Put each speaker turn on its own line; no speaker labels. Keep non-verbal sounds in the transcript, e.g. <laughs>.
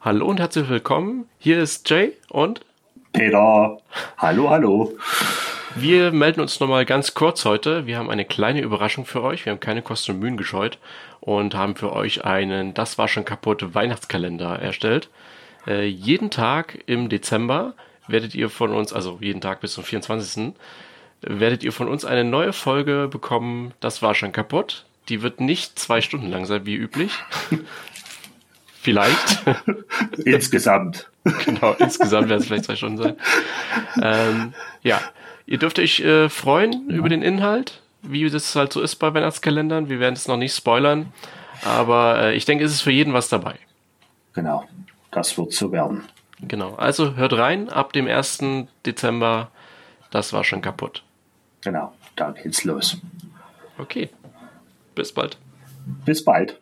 Hallo und herzlich willkommen. Hier ist Jay und
Peter. Hallo, hallo.
wir melden uns nochmal ganz kurz heute. Wir haben eine kleine Überraschung für euch. Wir haben keine Kosten und Mühen gescheut und haben für euch einen Das war schon kaputt Weihnachtskalender erstellt. Äh, jeden Tag im Dezember werdet ihr von uns, also jeden Tag bis zum 24. werdet ihr von uns eine neue Folge bekommen. Das war schon kaputt. Die wird nicht zwei Stunden lang sein, wie üblich. <laughs> Vielleicht.
Insgesamt.
Genau, insgesamt werden es vielleicht zwei Stunden sein. Ähm, ja, ihr dürft euch äh, freuen über den Inhalt, wie das halt so ist bei Weihnachtskalendern. Wir werden es noch nicht spoilern, aber äh, ich denke, es ist für jeden was dabei.
Genau, das wird so werden.
Genau, also hört rein ab dem 1. Dezember. Das war schon kaputt.
Genau, da geht's los.
Okay, bis bald.
Bis bald.